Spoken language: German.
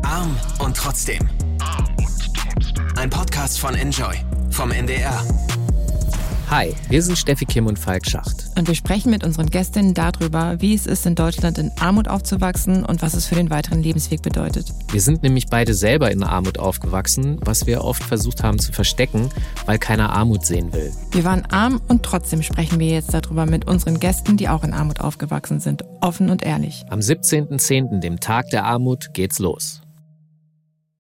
Arm und trotzdem. Ein Podcast von Enjoy vom NDR. Hi, wir sind Steffi Kim und Falk Schacht. Und wir sprechen mit unseren Gästinnen darüber, wie es ist, in Deutschland in Armut aufzuwachsen und was es für den weiteren Lebensweg bedeutet. Wir sind nämlich beide selber in Armut aufgewachsen, was wir oft versucht haben zu verstecken, weil keiner Armut sehen will. Wir waren arm und trotzdem sprechen wir jetzt darüber mit unseren Gästen, die auch in Armut aufgewachsen sind, offen und ehrlich. Am 17.10., dem Tag der Armut, geht's los.